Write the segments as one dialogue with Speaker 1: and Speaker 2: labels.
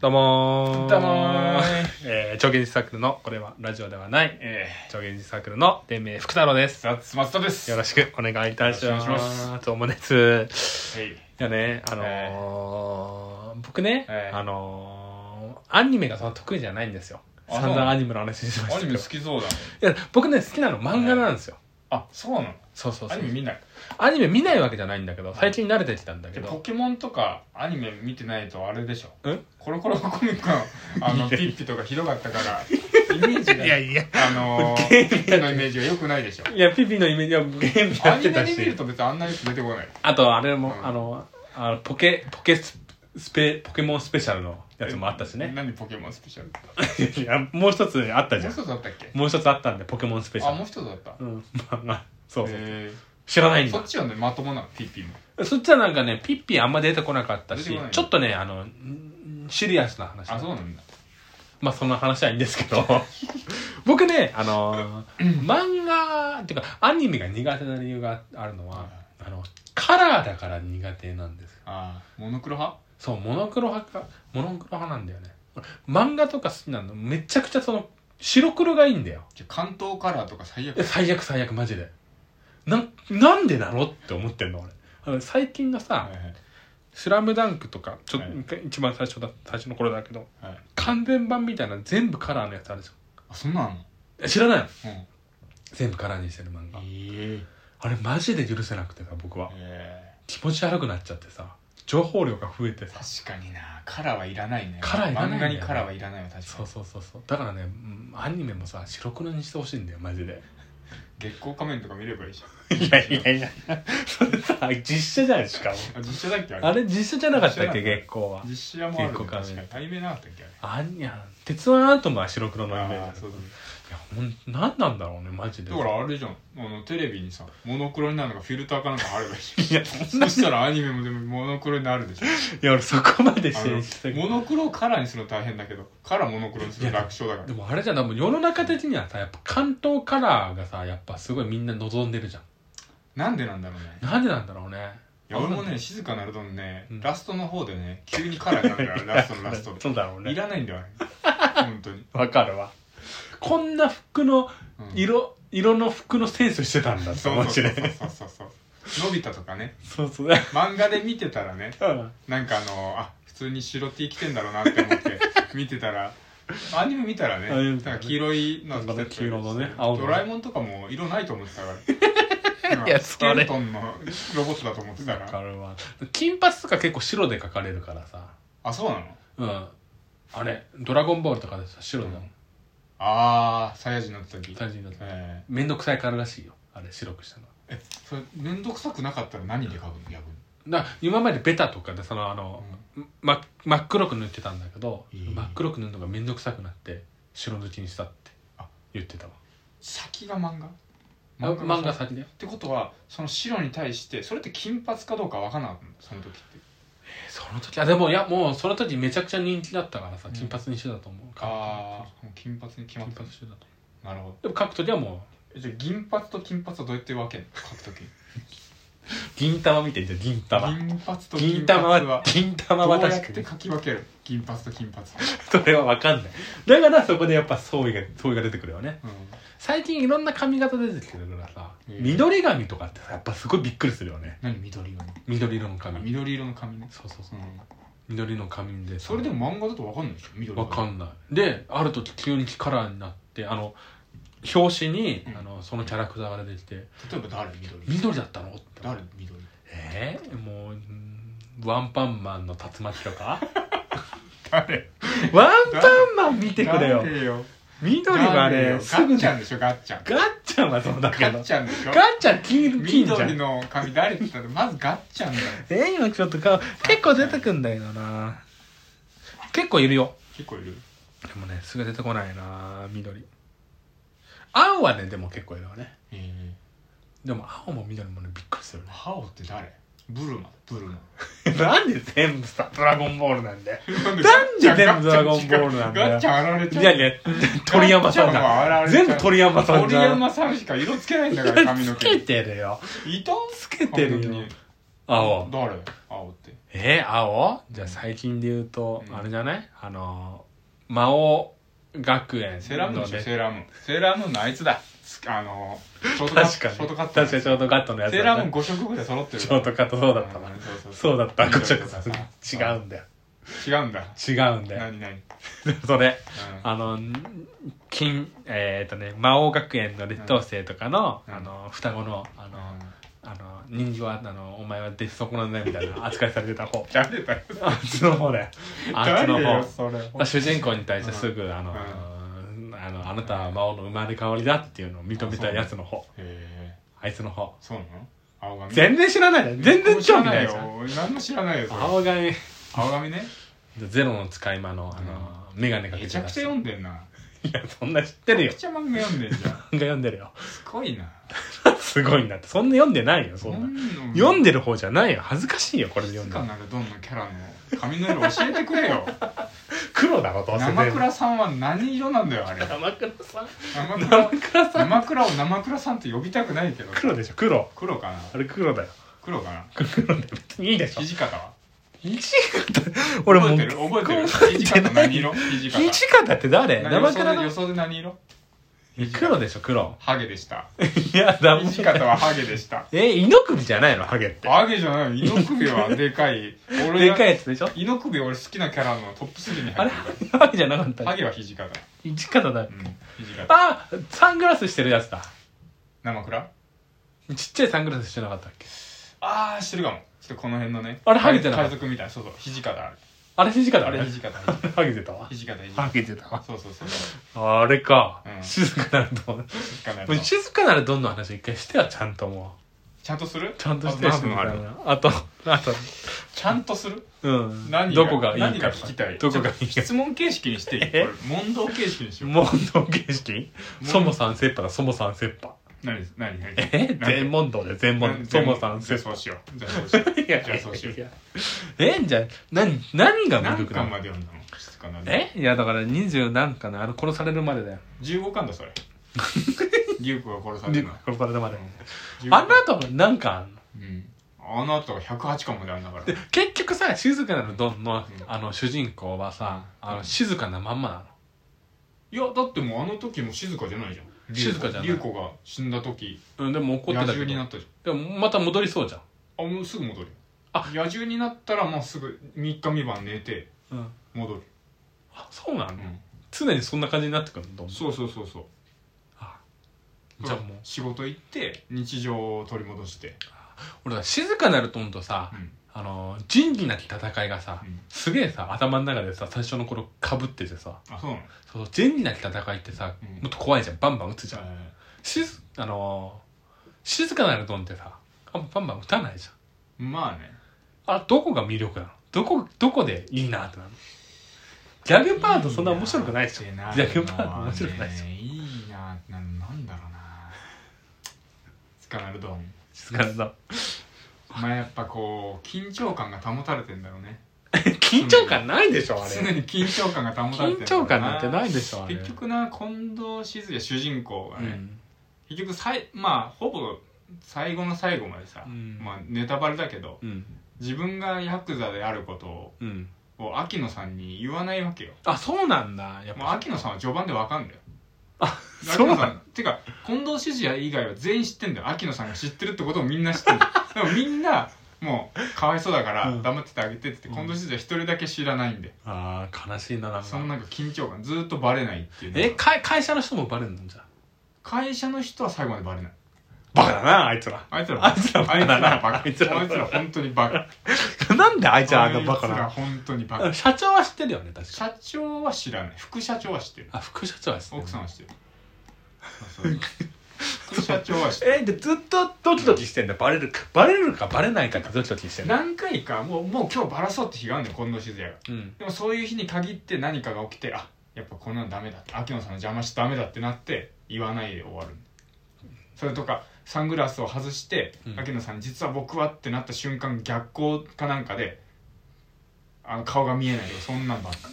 Speaker 1: どうもー
Speaker 2: どうもー
Speaker 1: えー、超現実サークルのこれはラジオではない
Speaker 2: え
Speaker 1: 超現実サークルの店名福太郎で
Speaker 2: ー、
Speaker 1: す
Speaker 2: ザッツマスタです。
Speaker 1: よろしくお願いいたします
Speaker 2: よろしくお願いしま
Speaker 1: どうもです
Speaker 2: はい。
Speaker 1: いやねあのー僕ね、
Speaker 2: ええ
Speaker 1: あのーアニメがそんな得意じゃないんですよ
Speaker 2: あ
Speaker 1: 散々アニメの話しました
Speaker 2: ア
Speaker 1: け
Speaker 2: ニ
Speaker 1: ど
Speaker 2: メ好きそうだね。
Speaker 1: いや僕ね好きなの漫画なんですよ、
Speaker 2: あ、そうなの
Speaker 1: そうそうそ
Speaker 2: ア
Speaker 1: う
Speaker 2: ニメ見ない。
Speaker 1: アニメ見ないわけじゃないんだけど最近慣れてきたんだけ
Speaker 2: で
Speaker 1: ど、
Speaker 2: ポケモンとかアニメ見てないとあれでしょ。
Speaker 1: え
Speaker 2: コロコ ロコミックの、あの、ピッピとかひどかったから、イメージが、
Speaker 1: いや
Speaker 2: あのー、ピッピのイメージが良くないでしょ。
Speaker 1: いやピピのイメージはゲーム
Speaker 2: ア
Speaker 1: やっ
Speaker 2: ニ
Speaker 1: て
Speaker 2: メ
Speaker 1: た
Speaker 2: で
Speaker 1: し
Speaker 2: 見ると別にあんなやつ出てこない。
Speaker 1: あとあれも、
Speaker 2: うん
Speaker 1: あのあのポケポケススペポケモンスペシャルのやつもあったしね
Speaker 2: 何ポケモンスペシャルって
Speaker 1: いやもう一つあったじ
Speaker 2: も
Speaker 1: ゃ
Speaker 2: うん一つだったっけ
Speaker 1: もう一つあったんでポケモンスペシ
Speaker 2: あ、
Speaker 1: ャ
Speaker 2: もう
Speaker 1: ル
Speaker 2: 一つだった。
Speaker 1: うんまあまあそう、
Speaker 2: え
Speaker 1: 知らない
Speaker 2: ー
Speaker 1: ん
Speaker 2: そ
Speaker 1: だ
Speaker 2: っちはね、まともなの、ピッピも。
Speaker 1: そっちはなんかねピッピあんま出てこなかった
Speaker 2: 出て
Speaker 1: し
Speaker 2: こない
Speaker 1: ちょっとねあのんシリアスな話
Speaker 2: あ、そうなんだ。
Speaker 1: まあそんな話はいいんですけど 僕ねあの漫画っていうかアニメが苦手な理由があるのはあのカラーだから苦手なんです
Speaker 2: あー、モノクロ派
Speaker 1: そうモノクロ派かモノクロ派なんだよね漫画とか好きなのめちゃくちゃその白黒がいいんだよ
Speaker 2: じゃあ関東カラーとか最悪
Speaker 1: いや最悪最悪マジでなんなんでなのって思ってんの俺あの最近のさ
Speaker 2: はいはい
Speaker 1: 「スラムダンクとかちょっと、
Speaker 2: はい
Speaker 1: 一番最初だ最初の頃だけど
Speaker 2: はい、
Speaker 1: 完全版みたいな全部カラーのやつあるじ
Speaker 2: あそんなんあんの
Speaker 1: ゃん知らないの
Speaker 2: うん
Speaker 1: 全部カラーにしてる漫画
Speaker 2: え
Speaker 1: あれマジで許せなくてさ僕は
Speaker 2: え
Speaker 1: 気持ち悪くなっちゃってさ情報量が増えてさ
Speaker 2: 確かになカラーはいらないね
Speaker 1: カラーいらないんだ
Speaker 2: 漫
Speaker 1: よ
Speaker 2: 画
Speaker 1: ね
Speaker 2: にカラーはいらないわ確か
Speaker 1: そう
Speaker 2: に
Speaker 1: そうそうそうだからねうんアニメもさ白黒にしてほしいんだよマジで
Speaker 2: 月光仮面とか見ればいいじゃん
Speaker 1: いやいやいや、それさ、実写じゃないしかも。
Speaker 2: あ実写だっけあれ
Speaker 1: あれ実写じゃなかったっけ、
Speaker 2: 実写な
Speaker 1: 月光は。
Speaker 2: んだ実写もあ
Speaker 1: 月
Speaker 2: る、ね、確
Speaker 1: 光
Speaker 2: か
Speaker 1: 仮
Speaker 2: に
Speaker 1: 面
Speaker 2: アニメなかったっけあ
Speaker 1: あ
Speaker 2: れ
Speaker 1: んにゃん。鉄腕アトムは白黒のイメージ
Speaker 2: あ
Speaker 1: だ
Speaker 2: ーそうだね
Speaker 1: いや、ほん、なんなんだろうね、マジで。
Speaker 2: だからあれじゃんあのテレビにさモノクロになるのかフィルターかなんかあればいいじ
Speaker 1: いや、そ
Speaker 2: ゃんそしたらアニメもでもモノクロになるでしょ
Speaker 1: いや、俺そこまで
Speaker 2: あ
Speaker 1: して
Speaker 2: の
Speaker 1: して
Speaker 2: モノクロをカラーにするの大変だけどカラーモノクロにするの楽勝だから
Speaker 1: でもあれじゃん、でも世の中的にはさ、やっぱ関東カラーがさ、やっぱすごいみんな望んでるじゃん。
Speaker 2: なんでなんだろうね
Speaker 1: なんでなんだろうね。
Speaker 2: いや俺もね静かなるとね、
Speaker 1: うん
Speaker 2: ラストの方でね急にカラーになるからラストのラストで
Speaker 1: そうだろう
Speaker 2: い
Speaker 1: ね。
Speaker 2: らないんだよあれ本当に、
Speaker 1: わかるわ。こんな服の
Speaker 2: うん
Speaker 1: 色、色の服のセンスしてたんだって
Speaker 2: そう
Speaker 1: 思
Speaker 2: そう
Speaker 1: うし
Speaker 2: そう
Speaker 1: ね。
Speaker 2: そうそうそうのび太とかね
Speaker 1: そうそう。う
Speaker 2: 漫画で見てたらね
Speaker 1: ん
Speaker 2: なんかあのあ普通に白 T 着てんだろうなって思って見てたらアニメ見たらね
Speaker 1: アニメ見
Speaker 2: なん
Speaker 1: たらね
Speaker 2: か黄色いの着てたりして
Speaker 1: 黄色のね青のね
Speaker 2: ドラえもんとかも色ないと思ってたから
Speaker 1: いや
Speaker 2: ス
Speaker 1: そ
Speaker 2: ケ
Speaker 1: れ
Speaker 2: ルトンのロボットだと思ってた
Speaker 1: わか
Speaker 2: ら
Speaker 1: るわ金髪とか結構白で描かれるからさ
Speaker 2: あそうな
Speaker 1: う
Speaker 2: の
Speaker 1: んあれ「ドラゴンボール」とかでさ白だもん
Speaker 2: ああサイヤ人になった時
Speaker 1: 大事になって
Speaker 2: え
Speaker 1: めんどくさいかららしいよあれ白くしたのは
Speaker 2: ーえそれ面倒くさくなかったら何で買うの逆に
Speaker 1: な今までベタとかでそのあの、ま、真っ黒く塗ってたんだけど、
Speaker 2: いい
Speaker 1: 真っ黒く塗るのがめんどくさくなって白塗りにしたって
Speaker 2: あ
Speaker 1: 言ってたわ
Speaker 2: 先が漫画
Speaker 1: あ漫画
Speaker 2: が先っ
Speaker 1: 先だよ
Speaker 2: てことはその白に対してそれって金髪かどうかわからなかったのその時って
Speaker 1: えその時あでもいやもうその時めちゃくちゃ人気だったからさ
Speaker 2: うん
Speaker 1: 金髪にしてたと思う
Speaker 2: ああ金髪に決まっ
Speaker 1: 金
Speaker 2: た
Speaker 1: 髪してたと思
Speaker 2: なるほど
Speaker 1: うでも描く時はも
Speaker 2: えじゃあ銀髪と金髪はどうやって分けんの書く時
Speaker 1: う銀玉見てんじゃん銀玉
Speaker 2: 銀髪と
Speaker 1: 銀
Speaker 2: 金
Speaker 1: 玉
Speaker 2: 髪
Speaker 1: は
Speaker 2: は
Speaker 1: 銀
Speaker 2: ど
Speaker 1: 玉
Speaker 2: う
Speaker 1: は
Speaker 2: やっ
Speaker 1: 確かに
Speaker 2: て書き分ける銀髪と金髪
Speaker 1: それは分かんないだからそこでやっぱ相違が相違が出てくるよね
Speaker 2: うん
Speaker 1: 最近いろんな髪型出てきてるからさ、
Speaker 2: うん
Speaker 1: 緑髪とかってさやっぱすごいびっくりするよね
Speaker 2: 何緑色の
Speaker 1: 緑色の髪
Speaker 2: 緑色の髪ね
Speaker 1: そうそうそううん緑の髪でさ
Speaker 2: それでも漫画だと分かんないでしょ緑
Speaker 1: 分か
Speaker 2: ない
Speaker 1: んないである時急にカラーになってあの表紙に、
Speaker 2: うん
Speaker 1: あのそのキャラクターが出てきて
Speaker 2: 例えば誰緑
Speaker 1: 緑だったのって
Speaker 2: 誰緑
Speaker 1: えー、もううんワンパンマンの竜巻とか
Speaker 2: 誰
Speaker 1: ワンパンマン見てくれよ
Speaker 2: 誰よ
Speaker 1: 緑は
Speaker 2: 誰
Speaker 1: ね
Speaker 2: よ
Speaker 1: すぐ
Speaker 2: ガッ
Speaker 1: に
Speaker 2: チャンでしょガッチャン
Speaker 1: ガッチャンはそうだけ
Speaker 2: ガ
Speaker 1: ど
Speaker 2: ッチャンでしょ
Speaker 1: ガッチャン金金じゃ
Speaker 2: 緑
Speaker 1: ん
Speaker 2: の髪誰って言ったらまずガッチャンだよ
Speaker 1: えー、今ちょっと顔結構出てくんだけどな結構いるよ
Speaker 2: 結構いる
Speaker 1: でもねすぐ出てこないな緑青はねでも結構いるわね
Speaker 2: ええ
Speaker 1: でも青も緑もねびっくりする ね
Speaker 2: ハオって誰ブルマブルマ
Speaker 1: なんで全部さドラゴンボールなんで
Speaker 2: なん
Speaker 1: なんで全部ドラゴンボールなんだよ
Speaker 2: ガッチャン現れ
Speaker 1: い
Speaker 2: ち
Speaker 1: や
Speaker 2: ゃう
Speaker 1: いや鳥山さんじゃ
Speaker 2: ガ
Speaker 1: ん
Speaker 2: ッチャンも現れちゃう
Speaker 1: 全部鳥山さん
Speaker 2: 鳥
Speaker 1: じゃん
Speaker 2: 山さんしか色つけないんだから髪の
Speaker 1: つけ
Speaker 2: 毛
Speaker 1: てるよ
Speaker 2: いた
Speaker 1: つけてるよ
Speaker 2: 髪の毛に
Speaker 1: 青
Speaker 2: 誰青って
Speaker 1: えー、青じゃあ最近で言うと、
Speaker 2: うん
Speaker 1: あれじゃないあのー魔王学園
Speaker 2: セーラームーンでしょ
Speaker 1: のね
Speaker 2: セーラームーンセーラームーンのあいつだつあのショートカット
Speaker 1: 確かに
Speaker 2: ショートカット
Speaker 1: 確かにショートカットのやつ
Speaker 2: セーラームーン5色ぐらい揃ってる
Speaker 1: ショートカットそうだったわ
Speaker 2: うんそうそう
Speaker 1: そうだったご
Speaker 2: 緑と
Speaker 1: ちゃ
Speaker 2: か
Speaker 1: ごちゃ
Speaker 2: さ
Speaker 1: 違うんだよ
Speaker 2: 違うんだ
Speaker 1: 違うんだよ
Speaker 2: 何何
Speaker 1: それ
Speaker 2: う
Speaker 1: あの金えっ、とね魔王学園の劣等生とかの,、
Speaker 2: うん
Speaker 1: あの双子のあの、
Speaker 2: ん
Speaker 1: あの人形はあのお前は出損なんだよみたいな扱いされてた方
Speaker 2: 誰だよ
Speaker 1: あっちの方だよあっち
Speaker 2: 誰
Speaker 1: の
Speaker 2: だよ
Speaker 1: 方
Speaker 2: それ
Speaker 1: まあ主人公に対してすぐあの、あのあなたは魔王の生まれ変わりだっていうのを認めたやつの方
Speaker 2: へえ
Speaker 1: あいつの方
Speaker 2: そうなの青髪
Speaker 1: 全然知らないじゃん全然興味ない
Speaker 2: よ
Speaker 1: じゃん
Speaker 2: 俺何も知らないよそれ
Speaker 1: 青髪
Speaker 2: 青髪ね
Speaker 1: ゼロの使い魔のあの、眼鏡かけ
Speaker 2: め
Speaker 1: て
Speaker 2: ちゃくちゃ読んでんな
Speaker 1: るいやそんな知ってる
Speaker 2: めち
Speaker 1: よ
Speaker 2: ゃくちゃ漫画読んでんじゃん
Speaker 1: 漫画読んでるよ
Speaker 2: すごいな
Speaker 1: すごいなってそんな読んでないよそんな、読ん
Speaker 2: で
Speaker 1: でる方じゃないよ恥ずかしいよこれで読んだ
Speaker 2: か
Speaker 1: ら
Speaker 2: なるどんのキャラの髪の色教えてくれ よ
Speaker 1: 黒だろどうせ全部
Speaker 2: 生倉さんは何色なんだよあれ
Speaker 1: 生倉さん
Speaker 2: 生倉
Speaker 1: 生倉さん
Speaker 2: 生倉を生倉さんって呼びたくないけど
Speaker 1: 黒でしょ黒
Speaker 2: 黒かな
Speaker 1: あれ黒だよ
Speaker 2: 黒かない
Speaker 1: いでしょ
Speaker 2: 土方は
Speaker 1: 土方俺もう
Speaker 2: 覚えてる覚えてる
Speaker 1: 覚え
Speaker 2: 土
Speaker 1: てな
Speaker 2: 方
Speaker 1: い
Speaker 2: 何色土方
Speaker 1: 土方って誰
Speaker 2: な
Speaker 1: 生
Speaker 2: 予想
Speaker 1: 倉
Speaker 2: で
Speaker 1: の
Speaker 2: 予想で何色
Speaker 1: 黒でしょ 黒
Speaker 2: ハゲでした
Speaker 1: いやだも
Speaker 2: 土方はハゲでした
Speaker 1: え猪首じゃないのハゲって
Speaker 2: ハゲじゃないよ猪首はでかい俺
Speaker 1: で
Speaker 2: が
Speaker 1: かいやつでしょ
Speaker 2: 猪首俺好きなキャラのトップ3に
Speaker 1: あ
Speaker 2: 入
Speaker 1: れ
Speaker 2: って
Speaker 1: ハゲじゃなかった
Speaker 2: るハゲは土方
Speaker 1: 土方だ
Speaker 2: うん土方
Speaker 1: あサングラスしてるやつだ
Speaker 2: 生倉
Speaker 1: ちっちゃいサングラスしてなかったっけ
Speaker 2: ああしてるかもちょっとこの辺のね
Speaker 1: あれハゲてなかっ
Speaker 2: 海
Speaker 1: た
Speaker 2: 賊みたいそうそう土方あれ
Speaker 1: あれ土方
Speaker 2: あ
Speaker 1: あ
Speaker 2: れ
Speaker 1: れ
Speaker 2: 土方土
Speaker 1: ハゲてたわ
Speaker 2: 方土方土
Speaker 1: ハ
Speaker 2: 方
Speaker 1: ゲてたわ
Speaker 2: そうそうそう土
Speaker 1: あれか
Speaker 2: うん
Speaker 1: 静かなるどん
Speaker 2: 方やつ
Speaker 1: もう
Speaker 2: の
Speaker 1: 静かなるどんの話一回してはちゃんとも
Speaker 2: ちゃんとする
Speaker 1: うちゃんとして
Speaker 2: あ
Speaker 1: よ
Speaker 2: 何分ある
Speaker 1: あとあと
Speaker 2: ちゃんとする
Speaker 1: うん
Speaker 2: 何が
Speaker 1: どこがいいか
Speaker 2: 何が聞きたい
Speaker 1: どこがいい
Speaker 2: ちょっと
Speaker 1: か
Speaker 2: 質問形式にしていいこれ
Speaker 1: え
Speaker 2: 問答形式にしよう
Speaker 1: 問答形式
Speaker 2: 問
Speaker 1: そもさん切羽だそもさん切羽
Speaker 2: 何何何
Speaker 1: え全問答で全問そもさん
Speaker 2: じゃあ
Speaker 1: 切
Speaker 2: そうしようじゃあそうしよう
Speaker 1: 羽いやい
Speaker 2: じゃ
Speaker 1: や
Speaker 2: あそうしよ
Speaker 1: いうや えじゃあ何何が魅
Speaker 2: 何
Speaker 1: 力なの
Speaker 2: 巻まで読んだの質感なんで
Speaker 1: えいやだから二十何かなあの殺されるまでだよ
Speaker 2: 15巻だ それリュウクが殺されるの
Speaker 1: 殺されるまで
Speaker 2: 15
Speaker 1: あの後何かあんの
Speaker 2: うんあの後108巻まであんだから
Speaker 1: で結局さ静かなるどんの
Speaker 2: うん
Speaker 1: あの主人公はさ
Speaker 2: うん
Speaker 1: あの静かなまんまなの
Speaker 2: いやだってもうあの時も静かじゃないじゃん
Speaker 1: 静かじゃない
Speaker 2: リュウコが死んだ時
Speaker 1: うん、でも怒って
Speaker 2: 野
Speaker 1: た
Speaker 2: 獣
Speaker 1: け
Speaker 2: に
Speaker 1: ど
Speaker 2: なったじ
Speaker 1: でもまた戻りそうじゃん、
Speaker 2: ゃんあもうすぐ戻るよ
Speaker 1: あ
Speaker 2: 野獣になったらまあすぐ3日三晩寝て
Speaker 1: うん、
Speaker 2: 戻る、
Speaker 1: あそうなの、
Speaker 2: うん、
Speaker 1: 常にそんな感じになってくるのどんどん
Speaker 2: そうそうそうそう
Speaker 1: あじゃあもう
Speaker 2: 仕事行って日常を取り戻して、
Speaker 1: 俺は静かなると思うとさ、
Speaker 2: うん
Speaker 1: あの仁義なき戦いがさ、
Speaker 2: うん
Speaker 1: すげえさ頭の中でさ最初の頃かぶっててさ
Speaker 2: あそうなの
Speaker 1: その仁義なき戦いってさ、
Speaker 2: うん
Speaker 1: もっと怖いじゃんバンバン撃つじ
Speaker 2: じ
Speaker 1: ゃん、
Speaker 2: ゃ
Speaker 1: 静あのー静かなるドンってさあんまバンバン撃たないじ
Speaker 2: あまあね
Speaker 1: ゃんあどこが魅力なのどこどこでいいなってなるのギャグパートそんな面白くないでしょ
Speaker 2: い
Speaker 1: ギ
Speaker 2: いな
Speaker 1: ャグパート面白くないでしょ
Speaker 2: ねいいなななんだろうなつかなるどん
Speaker 1: 静かなるドン
Speaker 2: まあやっぱこう緊張感が保たれてんだろうね
Speaker 1: 緊張感ないでしょあ
Speaker 2: 常
Speaker 1: れ
Speaker 2: に緊張感が保たれて
Speaker 1: 緊張感なんてないいでしょあれ
Speaker 2: 結局な近藤静也主人公が
Speaker 1: う
Speaker 2: ね、
Speaker 1: ん
Speaker 2: 結局さいまあほぼ最後の最後までさ、
Speaker 1: うん
Speaker 2: まあネタバレだけど
Speaker 1: うん
Speaker 2: 自分がヤクザであることを
Speaker 1: うん
Speaker 2: を秋野さんに言わないわけよ
Speaker 1: あそうなんだやっ
Speaker 2: もう
Speaker 1: ぱ
Speaker 2: 秋野さんは序盤でわかんだよ
Speaker 1: あ
Speaker 2: 秋
Speaker 1: そうな
Speaker 2: 野
Speaker 1: ん
Speaker 2: さ
Speaker 1: だ
Speaker 2: んてか近藤静也以外は全員知ってんだよ秋野さんが知ってるってことをみんな知っ てるでもみんなもうかわいそうだから
Speaker 1: うん
Speaker 2: 黙っててあげてって言って、近藤静也一人だけ知らないんで、
Speaker 1: あー悲しいななん
Speaker 2: その
Speaker 1: か
Speaker 2: なんか緊張感ずーっとバレないっていうのが
Speaker 1: えか会社の人もバレるのじゃあ
Speaker 2: 会社の人は最後までバレない
Speaker 1: バカだなあいつら
Speaker 2: あいつら
Speaker 1: あいつら
Speaker 2: あいつらバカ
Speaker 1: あいつら
Speaker 2: あいつら本当にバカ
Speaker 1: なんであいつらあ
Speaker 2: あ
Speaker 1: んな
Speaker 2: い
Speaker 1: バカ
Speaker 2: つ
Speaker 1: な
Speaker 2: ら
Speaker 1: の
Speaker 2: 本当にバカ
Speaker 1: 社長は知ってるよね確か
Speaker 2: 社長は知らない副社長は知ってる
Speaker 1: あ副社長は知ってる
Speaker 2: 奥さんは 知ってるそうそう副社長は知ってる
Speaker 1: えでずっとドキドキしてんだバレるかバレるかバレないかってドキドキしてんだ
Speaker 2: 何回かもうもう今日バラそうって日があるのよ近藤静也が
Speaker 1: うん
Speaker 2: でもそういう日に限って何かが起きてあやっぱこんなのダメだって秋野さんの邪魔しちゃダメだってなって言わないで終わるそれとかサングラスを外して、
Speaker 1: うん
Speaker 2: 秋野さん実は僕はってなった瞬間逆光かなんかであの顔が見えないよそんなんばっか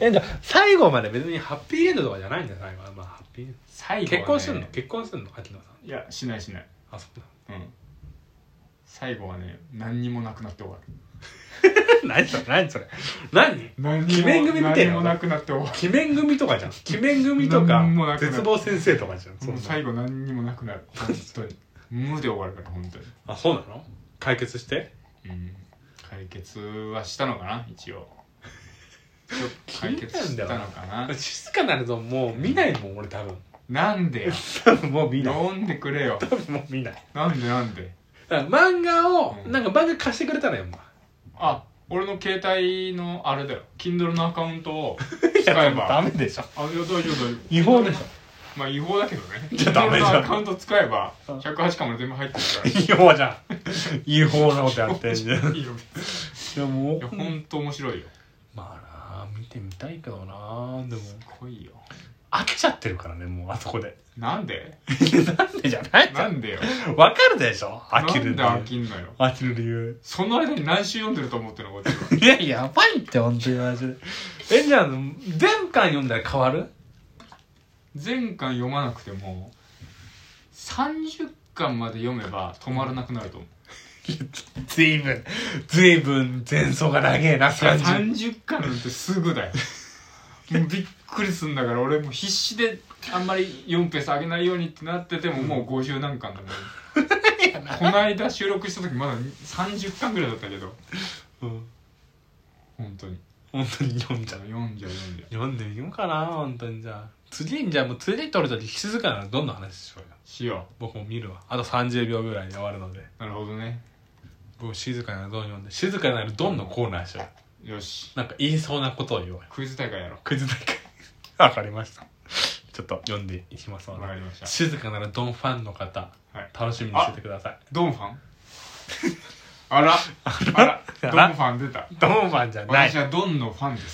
Speaker 1: えじゃあ最後まで別にハッピーエンドとかじゃないんじゃないまあハッピーエン
Speaker 2: 最
Speaker 1: ド
Speaker 2: 後は
Speaker 1: 結婚
Speaker 2: ね
Speaker 1: するの結婚するの秋野さん
Speaker 2: いやしないしない
Speaker 1: あそうなの
Speaker 2: うん最後はね何にもなくなって終わる
Speaker 1: 何それ何それ何
Speaker 2: 何
Speaker 1: 鬼面組みたいな
Speaker 2: 何もなくなって終わる
Speaker 1: 鬼面組とかじゃん鬼面組とか
Speaker 2: 何もなくなる
Speaker 1: 絶望先生とかじゃんそ
Speaker 2: も
Speaker 1: ん
Speaker 2: う
Speaker 1: な
Speaker 2: 最後何にもなくなる本当に無で終わるから本当に
Speaker 1: あそうなの解決して
Speaker 2: うん解決はしたのかな一応一応解決したのかな
Speaker 1: 静かなるともう見ないもん俺多分
Speaker 2: なんでよ
Speaker 1: 多分 もう見ない
Speaker 2: 読んでくれよ
Speaker 1: 多分もう見ない
Speaker 2: なんでなんで
Speaker 1: だから漫画を
Speaker 2: うん
Speaker 1: なんか漫画貸してくれたのよお前
Speaker 2: あ俺の携帯のあれだよ Kindle のアカウントを 使えば
Speaker 1: メでしょ
Speaker 2: あいや大丈夫大丈夫
Speaker 1: 違法でしょ
Speaker 2: まあ違法だけどね
Speaker 1: じゃあダメじゃん
Speaker 2: Kindle のアカウント使えば108巻まで全部入ってるから
Speaker 1: 違法じゃん違法なことやってんじゃん
Speaker 2: いいよ
Speaker 1: でも
Speaker 2: いや本当面白いよ
Speaker 1: まあな見てみたいけどなでも
Speaker 2: 濃いよ
Speaker 1: 飽きちゃってるからねもうあそこで
Speaker 2: なんで
Speaker 1: なんでじゃない
Speaker 2: なんでよ
Speaker 1: わかるでしょ飽きる理
Speaker 2: なんで飽
Speaker 1: 由
Speaker 2: きんのよ
Speaker 1: 飽きる理由
Speaker 2: その間に何週読んでると思ってるのこっち はい
Speaker 1: ややばいって本当にマジでえじゃあ全巻読んだら変わる
Speaker 2: 全巻読まなくても30巻まで読めば止まらなくなると思う
Speaker 1: ずいぶんずいぶん前奏が長えな感じ
Speaker 2: 30巻なんてすぐだよもうびっくりすんだから俺もう必死であんまり4ペース上げないようにってなっててももう50何巻だ もんこの間収録した時まだ30巻ぐらいだったけど
Speaker 1: うん
Speaker 2: 本当に
Speaker 1: 本当に読んじゃう
Speaker 2: 読んじゃう読んじゃう
Speaker 1: 読んでみようかな本当にじゃあ次にじゃあもう次に撮るとき静かならどんな話しようよ
Speaker 2: しよ
Speaker 1: 僕も見るわあと30秒ぐらいで終わるので
Speaker 2: うなるほどね
Speaker 1: 僕静かならどん読んで静かならどんのコーナーしよう
Speaker 2: よし
Speaker 1: なんか言いそうなことを言おうよ
Speaker 2: クイズ大会やろ
Speaker 1: クイズ大会 わかりましたちょっと読んでいきますの
Speaker 2: う
Speaker 1: で
Speaker 2: わかりました
Speaker 1: 静かならドンファンの方
Speaker 2: はい
Speaker 1: 楽しみにしててください
Speaker 2: ドンファ ン あらあらドンファン出た
Speaker 1: ドンファンじゃない
Speaker 2: 私はドンのファンです